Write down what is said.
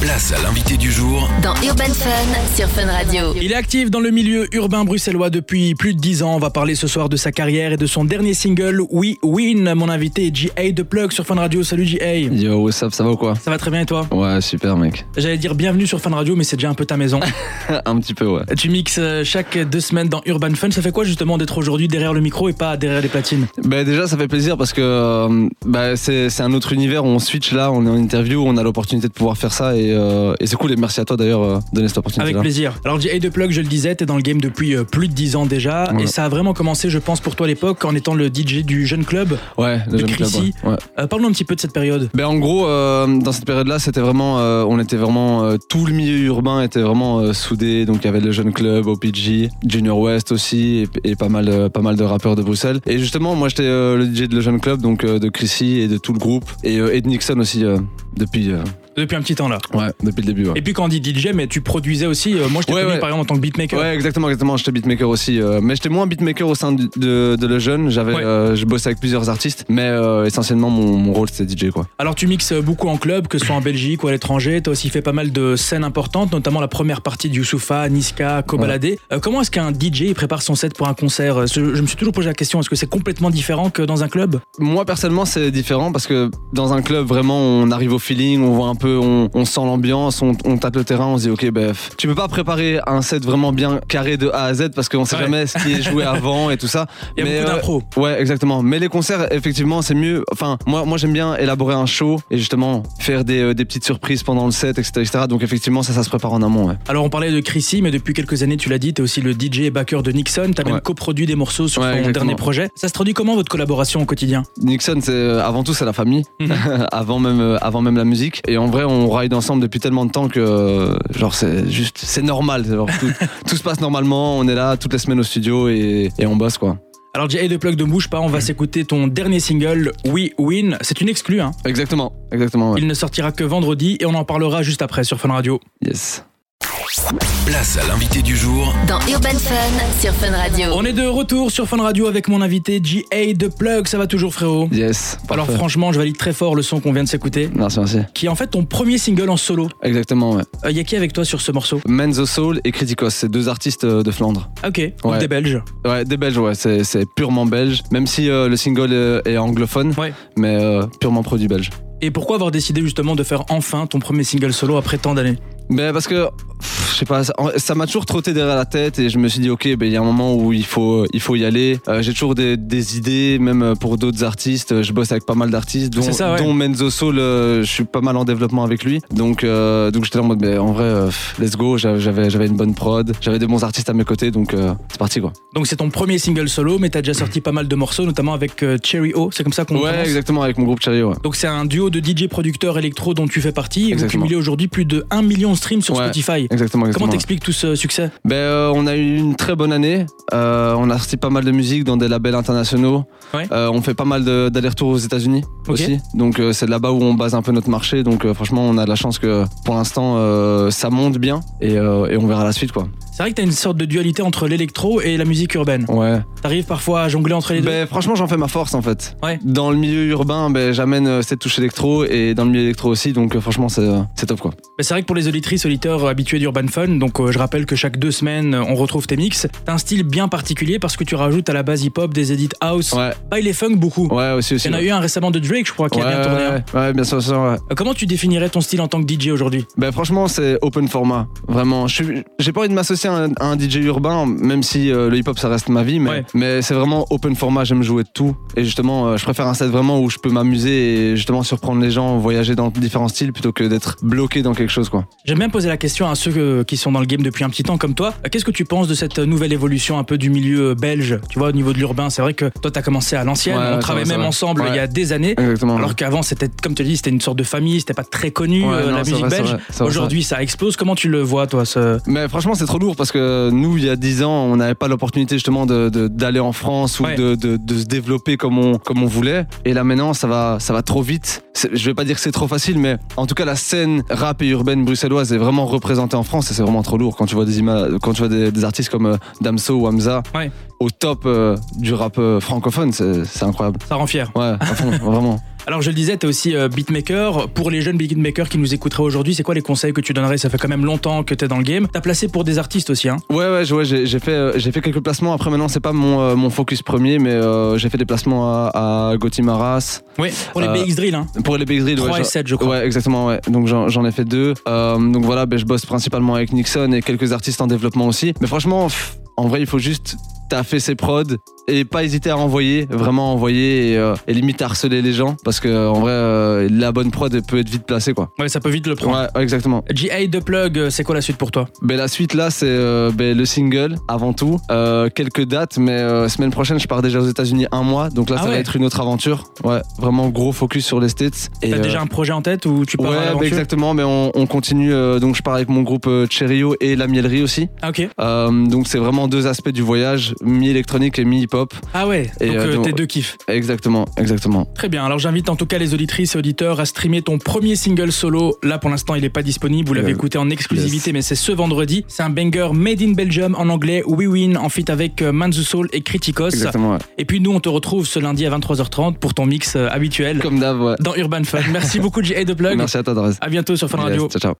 Place à l'invité du jour Dans Urban Fun sur Fun Radio. Il est actif dans le milieu urbain bruxellois depuis plus de 10 ans. On va parler ce soir de sa carrière et de son dernier single, We Win. Mon invité est J.A. de Plug sur Fun Radio. Salut J.A. Yo, what's up, ça va ou quoi Ça va très bien et toi Ouais, super mec. J'allais dire bienvenue sur Fun Radio, mais c'est déjà un peu ta maison. un petit peu, ouais. tu mixes euh, chaque deux semaines dans Urban Fun. Ça fait quoi justement d'être aujourd'hui derrière le micro et pas derrière les platines Bah déjà, ça fait plaisir parce que euh, bah, c'est c'est un autre univers, on switch là, on est en interview, on a l'opportunité de pouvoir faire ça et, euh, et c'est cool et merci à toi d'ailleurs euh, de donner cette opportunité Avec là. plaisir. Alors J.A. de Plug, je le disais, t'es dans le game depuis euh, plus de 10 ans déjà. Ouais. Et ça a vraiment commencé, je pense, pour toi à l'époque en étant le DJ du Jeune Club. Ouais, le de jeune club. Chrissy. ouais. Ouais. Euh, Parle-nous un petit peu de cette période. Ben en gros, euh, dans cette période-là, c'était vraiment, euh, on était vraiment, euh, tout le milieu urbain était vraiment euh, soudé. Donc il y avait le jeune club, OPG, Junior West aussi, et, et pas mal, euh, pas mal de rappeurs de Bruxelles. Et justement, moi j'étais euh, le DJ de le jeune club, donc euh, de Chrissy et de tout le groupe, et, euh, et de Nixon aussi euh, depuis, euh, Depuis un petit temps là. ouais, depuis le début. Ouais. Et puis quand on dit DJ, mais tu produisais aussi. euh, moi, je t'ai Ouais, connu ouais. par exemple en tant que beatmaker. Ouais, exactement, exactement. J'étais beatmaker aussi, euh, mais j'étais moins beatmaker au sein du- de, de le jeune. J'avais, Ouais. euh, je bossais avec plusieurs artistes, mais euh, essentiellement mon, mon rôle c'était DJ quoi. Alors tu mixes beaucoup en club, que ce soit en Belgique ou à l'étranger. T'as aussi fait pas mal de scènes importantes, notamment la première partie de Youssoufa, Niska, Kobalade. Euh, comment est-ce qu'un DJ il prépare son set pour un concert Euh, Je je me suis toujours posé la question. Est-ce que c'est complètement différent que dans un club Moi personnellement c'est différent parce que dans un club vraiment on arrive au feeling, on voit un peu, on, on sent l'ambiance, on, on tape le terrain, on se dit ok bref. Tu peux pas préparer un set vraiment bien carré de A à Z parce qu'on sait Ouais. jamais ce qui est joué avant et tout ça. Il y a Mais, beaucoup euh, d'impro. Ouais exactement. Mais les concerts effectivement c'est mieux. Enfin moi moi j'aime bien élaborer un show et justement faire des, euh, des petites surprises pendant le set etc etc. Donc effectivement ça ça se prépare en amont. Ouais. Alors on parlait de Chrissy, mais depuis quelques années, tu l'as dit, t'es aussi le DJ et backer de Nixon. T'as même Ouais. coproduit des morceaux sur Ouais, son exactement. dernier projet. Ça se traduit comment votre collaboration au quotidien Nixon, c'est euh, avant tout c'est la famille, Mhm. avant même euh, avant même la musique. Et en vrai, on ride ensemble depuis tellement de temps que euh, genre c'est juste c'est normal. Genre, tout, tout se passe normalement. On est là toutes les semaines au studio et, et on bosse quoi. Alors Jay de Plug de Bouche pas, on va s'écouter ton dernier single, We Win. C'est une exclue, hein. Exactement, exactement. Ouais. Il ne sortira que vendredi et on en parlera juste après sur Fun Radio. Yes. Place à l'invité du jour Dans Urban Fun sur Fun Radio. On est de retour sur Fun Radio avec mon invité J.A. de Plug. Ça va toujours, frérot Yes. Alors parfait. franchement, je valide très fort le son qu'on vient de s'écouter, Merci, merci. qui est en fait ton premier single en solo. Exactement, ouais. Euh, y a qui avec toi sur ce morceau Menzo Soul et Criticos, c'est deux artistes euh, de Flandre. Ah, Ok, donc Ouais. des Belges. Ouais, des Belges, ouais, c'est c'est purement belge. Même si euh, le single euh, est anglophone, Ouais. mais euh, purement produit belge. Et pourquoi avoir décidé justement de faire enfin ton premier single solo après tant d'années Mais parce que, pff, je sais pas, ça- en- ça m'a toujours trotté derrière la tête et je me suis dit, ok, ben, il y a un moment où il faut, il faut y aller. Euh, J'ai toujours des, des idées, même euh, pour d'autres artistes. Euh, Je bosse avec pas mal d'artistes, dont, C'est ça, ouais. dont Menzo Soul, euh, je suis pas mal en développement avec lui. Donc, euh, donc j'étais là en mode, ben, en vrai, euh, pff, let's go, J'a- j'avais j'avais une bonne prod, j'avais des bons artistes à mes côtés, donc euh, c'est parti quoi. Donc c'est ton premier single solo, mais t'as déjà sorti pas mal de morceaux, notamment avec euh, Cherry O, c'est comme ça qu'on le Ouais, prononce exactement, avec mon groupe Cherry, ouais. Donc c'est un duo de DJ producteurs électro dont tu fais partie et vous Exactement. cumulez aujourd'hui plus de 1 million de streams sur Ouais, Spotify. Exactement, exactement. Comment ouais. t'expliques tout ce succès Ben, euh, on a eu une très bonne année. Euh, on a sorti pas mal de musique dans des labels internationaux. Ouais. Euh, on fait pas mal de- d'allers-retours aux États-Unis Ok. aussi. Donc euh, c'est là-bas où on base un peu notre marché. Donc euh, franchement, on a de la chance que pour l'instant euh, ça monte bien et, euh, et on verra la suite quoi. C'est vrai que t'as une sorte de dualité entre l'électro et la musique urbaine. Ouais. T'arrives parfois à jongler entre les deux. Ben, franchement, j'en fais ma force en fait. Ouais. Dans le milieu urbain, ben, j'amène euh, cette touche électro et dans le milieu électro aussi. Donc euh, franchement, c'est euh, c'est top quoi. Bah, c'est vrai que pour les auditrices, auditeurs euh, habitués d'Urban Fun, donc euh, je rappelle que chaque deux semaines, euh, on retrouve tes mix. T'as un style bien particulier parce que tu rajoutes à la base hip-hop des edits house. Ouais, Bah, il est funk beaucoup. ouais aussi aussi. Il y en a ouais. eu un récemment de Drake, je crois, qui Ouais, a bien tourné. hein. ouais, ouais, bien sûr, bien sûr, ouais. Euh, Comment tu définirais ton style en tant que DJ aujourd'hui Ben franchement, c'est open format. Vraiment, je suis- j'ai pas envie de m'associer à un, à un DJ urbain, même si euh, le hip-hop ça reste ma vie, mais, Ouais. mais c'est vraiment open format. J'aime jouer de tout, et justement, euh, je préfère un set vraiment où je peux m'amuser et justement surprendre les gens, voyager dans différents styles plutôt que d'être bloqué dans quelque chose, quoi. J'aime bien poser la question à ceux euh, qui sont dans le game depuis un petit temps comme toi. Euh, Qu'est-ce que tu penses de cette nouvelle évolution un peu du milieu euh, belge Tu vois, au niveau de l'urbain, c'est vrai que toi, t'as commencé à l'ancienne. Ouais, on ouais, travaillait ça va, ça même va. ensemble il y a des années. Exactement. Alors qu'avant, c'était, comme tu dis, c'était une sorte de famille, c'était pas très connu, Mmh. Ouais, euh, non, la c'est musique vrai, c'est belge. vrai, c'est vrai, Aujourd'hui, ça explose. Comment tu le vois, toi ce... Mais franchement, c'est trop lourd parce que nous, il y a 10 ans, on n'avait pas l'opportunité justement de- de- d'aller en France ou Ouais. de, de- de se développer comme on, comme on voulait. Et là maintenant, ça va, ça va trop vite. C'est- Je vais pas dire que c'est trop facile, mais en tout cas, la scène rap et urbaine bruxelloise est vraiment représentée en France et c'est vraiment trop lourd quand tu vois des, ima- quand tu vois des, des artistes comme euh, Damso ou Hamza Ouais. au top euh, du rap euh, francophone. C'est c'est incroyable. Ça rend fier. Ouais, à fond, vraiment. Alors je le disais, tu es aussi euh, beatmaker. Pour les jeunes beatmakers qui nous écouteraient aujourd'hui, c'est quoi les conseils que tu donnerais Ça fait quand même longtemps que tu es dans le game. Tu as placé pour des artistes aussi. Hein Ouais, ouais, je- ouais, j'ai j'ai fait, euh, j'ai fait quelques placements. Après, maintenant, c'est pas mon, euh, mon focus premier, mais euh, j'ai fait des placements à, à Gauthier-Maras. oui. Pour les Euh, BX Drill. Hein. Pour les BX Drill, 3 ouais, et j'en- 7, je crois. Ouais, exactement, ouais. Donc j'en j'en ai fait deux. Euh, donc voilà, ben, je bosse principalement avec Nixon et quelques artistes en développement aussi. Mais franchement, pff, en vrai, il faut juste taffer ses prods et pas hésiter à envoyer, vraiment envoyer et, euh, et limite harceler les gens parce que euh, en vrai, euh, la bonne prod elle peut être vite placée quoi. Ouais, ça peut vite le prendre. Ouais, ouais, exactement. GA de Plug, euh, c'est quoi la suite pour toi Ben, la suite là, c'est euh, ben, le single avant tout, Euh, quelques dates, mais euh, semaine prochaine, je pars déjà aux États-Unis un mois, donc là, Ah ça ouais. va être une autre aventure. Ouais, vraiment gros focus sur les States. Et, T'as euh, déjà un projet en tête ou tu pars Ouais, à bah l'aventure exactement, mais on, on continue. euh, donc, je pars avec mon groupe euh, Cherio et La Mielerie aussi. Ah, ok. Euh, donc, c'est vraiment deux aspects du voyage, mi-électronique et mi-hip-hop. Ah ouais, Et, donc euh, euh, donc- tes deux kiffs. Exactement, exactement. Très bien, alors j'invite en tout cas les auditrices et auditeurs à streamer ton premier single solo. Là pour l'instant il n'est pas disponible, vous l'avez Yeah. écouté en exclusivité Euh, Yes. mais c'est ce vendredi. C'est un banger made in Belgium en anglais, We Win en feat avec euh, Man the Soul et Criticos. Exactement, ouais. Et puis nous on te retrouve ce lundi à 23h30 pour ton mix euh, habituel Comme d'hab, ouais. dans Urban Fun. Merci beaucoup J.A. de Plug. Merci à toi, Drez. À bientôt sur Fun Radio. Yes, ciao, ciao.